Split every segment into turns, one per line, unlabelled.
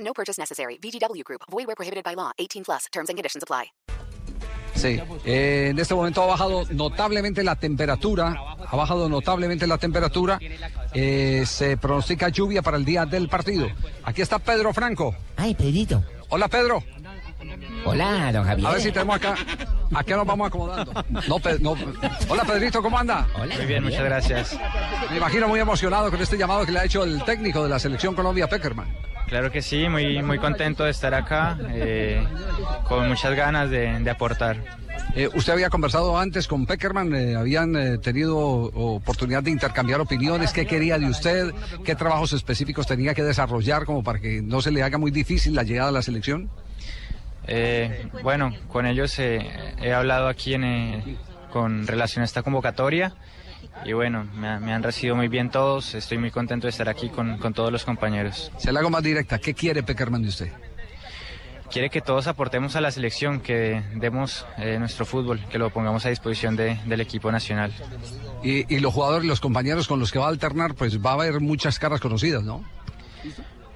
No purchase necessary. VGW Group. Void where prohibited by law. 18 plus. Terms and conditions apply.
Sí, eh, en este momento ha bajado notablemente la temperatura, ha bajado notablemente la temperatura, eh, se pronostica lluvia para el día del partido. Aquí está Pedro Franco.
Ay, Pedrito.
Hola Pedro,
Hola, don Javier.
a ver si tenemos acá, acá nos vamos acomodando. No, Pe- no. Hola Pedrito, ¿cómo anda?
Hola,
Muy bien, muchas
Javier.
gracias.
Me imagino muy emocionado con este llamado que le ha hecho el técnico de la selección Colombia, Peckerman.
Claro que sí, muy, muy contento de estar acá, eh, con muchas ganas de, de aportar.
Eh, usted había conversado antes con Peckerman, eh, habían eh, tenido oportunidad de intercambiar opiniones, qué quería de usted, qué trabajos específicos tenía que desarrollar como para que no se le haga muy difícil la llegada a la selección.
Eh, bueno, con ellos eh, he hablado aquí en, eh, con relación a esta convocatoria y bueno, me, ha- me han recibido muy bien todos, estoy muy contento de estar aquí con, con todos los compañeros.
Se la hago más directa, ¿qué quiere Peckerman de usted?
Quiere que todos aportemos a la selección, que demos eh, nuestro fútbol, que lo pongamos a disposición de- del equipo nacional.
Y, y los jugadores, los compañeros con los que va a alternar, pues va a haber muchas caras conocidas, ¿no?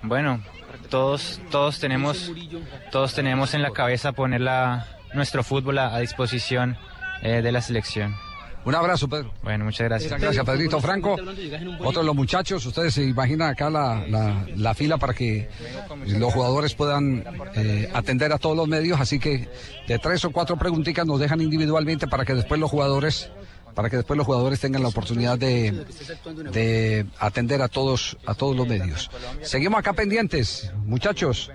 Bueno, todos, todos tenemos, todos tenemos en la cabeza poner la- nuestro fútbol a, a disposición eh, de la selección.
Un abrazo, Pedro.
Bueno, muchas
Muchas
gracias.
gracias, Pedrito Franco. Otro de los muchachos, ustedes se imaginan acá la, la- la fila para que los jugadores puedan eh, atender a todos los medios, así que de tres o cuatro preguntitas nos dejan individualmente para que después los jugadores para que después los jugadores tengan la oportunidad de, de atender a todos a todos los medios. Seguimos acá pendientes, muchachos.